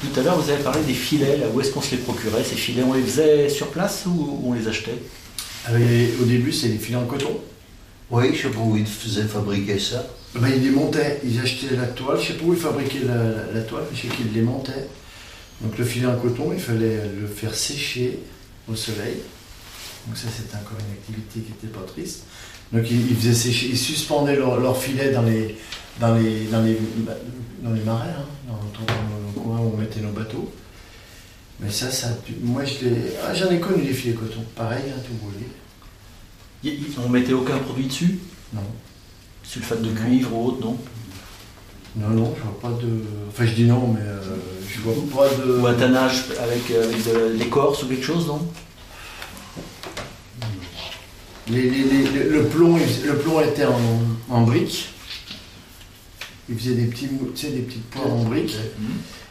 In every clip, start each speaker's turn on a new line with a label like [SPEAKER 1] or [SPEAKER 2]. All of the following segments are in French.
[SPEAKER 1] Tout à l'heure, vous avez parlé des filets, là, où est-ce qu'on se les procurait Ces filets, on les faisait sur place ou on les achetait
[SPEAKER 2] Avec- au début, c'est des filets en coton.
[SPEAKER 3] Oui, je sais pas où ils faisaient fabriquer ça.
[SPEAKER 2] Ben, ils les montaient, ils achetaient la toile, je sais pas où ils fabriquaient la, la- la toile, mais je sais qu'ils les montaient. Donc le filet en coton, il fallait le faire sécher au soleil. Donc ça c'était encore une activité qui n'était pas triste. Donc ils, ils faisaient sécher, ils suspendaient leur, leur filet dans les, dans les, dans les, dans les marais, hein, dans, le- dans le coin où on mettait nos bateaux. Mais ça, ça tu- moi je l'ai- ah, j'en ai connu les filets coton, pareil, hein, tout brûlé.
[SPEAKER 1] Y- y- On mettait aucun produit dessus
[SPEAKER 2] Non.
[SPEAKER 1] Sulfate de cuivre ou autre, non
[SPEAKER 2] Non, non, je vois pas de. Enfin, je dis non, mais euh, je vois pas de.
[SPEAKER 1] Ou un tannage avec, euh, avec de l'écorce ou quelque chose, non
[SPEAKER 2] Les- les- les- le- le, plomb, il- le plomb était en, en briques. Il faisait des, petits, mou- tu sais, des petites poires en briques.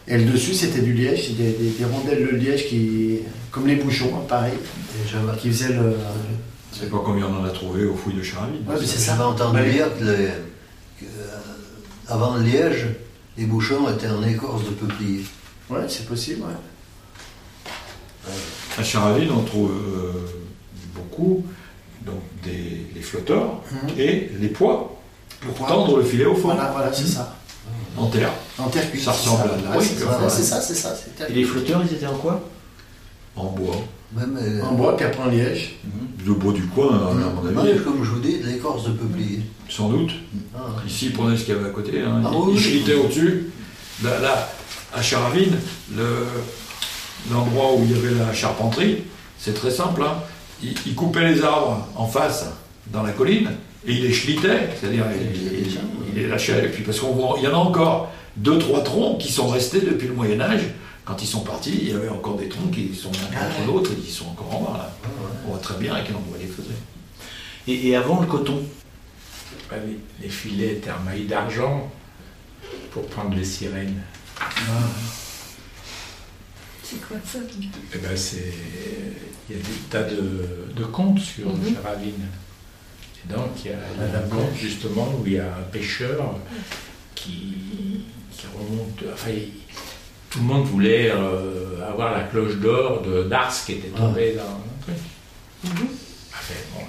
[SPEAKER 2] Et le dessus, c'était du liège, c'était des, des- des rondelles de liège qui, comme les bouchons, hein, pareil,
[SPEAKER 3] Déjà, ouais,
[SPEAKER 2] qui faisaient le.
[SPEAKER 4] Je sais pas combien on en a trouvé au fouilles de Charaville.
[SPEAKER 2] Ouais, mais c'est ça.
[SPEAKER 3] J'avais entendu
[SPEAKER 2] Ouais.
[SPEAKER 3] dire que, les- que, euh, avant Liège, les bouchons étaient en écorce de peuplier.
[SPEAKER 2] Ouais, c'est possible, ouais.
[SPEAKER 4] À Charaville, on trouve euh, beaucoup donc des, les flotteurs
[SPEAKER 2] Mhm.
[SPEAKER 4] et les poids pour
[SPEAKER 2] Pourquoi
[SPEAKER 4] tendre le filet au fond,
[SPEAKER 2] Voilà, voilà, c'est ça.
[SPEAKER 4] en terre.
[SPEAKER 2] En terre cuite.
[SPEAKER 4] Ça ressemble
[SPEAKER 2] c'est
[SPEAKER 4] à
[SPEAKER 2] ça.
[SPEAKER 4] la-
[SPEAKER 2] Ouais,
[SPEAKER 4] oui,
[SPEAKER 2] c'est ça,
[SPEAKER 4] enfin,
[SPEAKER 2] c'est ça, c'est ça. c'est terre
[SPEAKER 1] Et les
[SPEAKER 2] cuite.
[SPEAKER 1] flotteurs, ils étaient en quoi
[SPEAKER 4] En bois.
[SPEAKER 3] Même euh,
[SPEAKER 2] En bois, puis après en liège.
[SPEAKER 4] Le bois du coin, Ah, à
[SPEAKER 2] Mhm.
[SPEAKER 4] mon avis,
[SPEAKER 3] Mange, comme je vous dis, de l'écorce de peuplier.
[SPEAKER 4] sans doute.
[SPEAKER 3] Ah.
[SPEAKER 4] Hein, Ici, ils prenaient ce qu'il y avait à côté. Hein.
[SPEAKER 3] Ah
[SPEAKER 4] ils
[SPEAKER 3] oui,
[SPEAKER 4] ils
[SPEAKER 3] oui.
[SPEAKER 4] chlitaient au-dessus. Là, là, à Charavine, le- l'endroit où il y avait la charpenterie, c'est très simple. hein. Ils, ils coupaient les arbres en face, dans la colline, et ils les chlitaient. C'est-à-dire, ils, ils- ils les lâchaient. Et puis, parce qu'il y en a encore deux, trois troncs qui sont restés depuis le Moyen-Âge. Quand ils sont partis, il y avait encore des troncs qui sont l'un
[SPEAKER 3] Ah
[SPEAKER 4] contre l'autre et qui sont encore en bas. Là. On voit très bien à quel endroit ils les faisaient.
[SPEAKER 1] et, et avant le coton
[SPEAKER 5] Ouais, les- Les filets étaient en maille d'argent pour prendre les sirènes.
[SPEAKER 6] C'est quoi ça
[SPEAKER 5] Eh ben, c'est... Il y a des tas de, de contes sur
[SPEAKER 6] Mhm.
[SPEAKER 5] Charavine. Et donc, il y a, il y a
[SPEAKER 2] La
[SPEAKER 5] un
[SPEAKER 2] planche.
[SPEAKER 5] conte, justement, où il y a un pêcheur qui, qui remonte... Enfin, il- tout le monde voulait euh, avoir la cloche d'or de d'Ars qui était tombée dans un truc. Enfin, bon,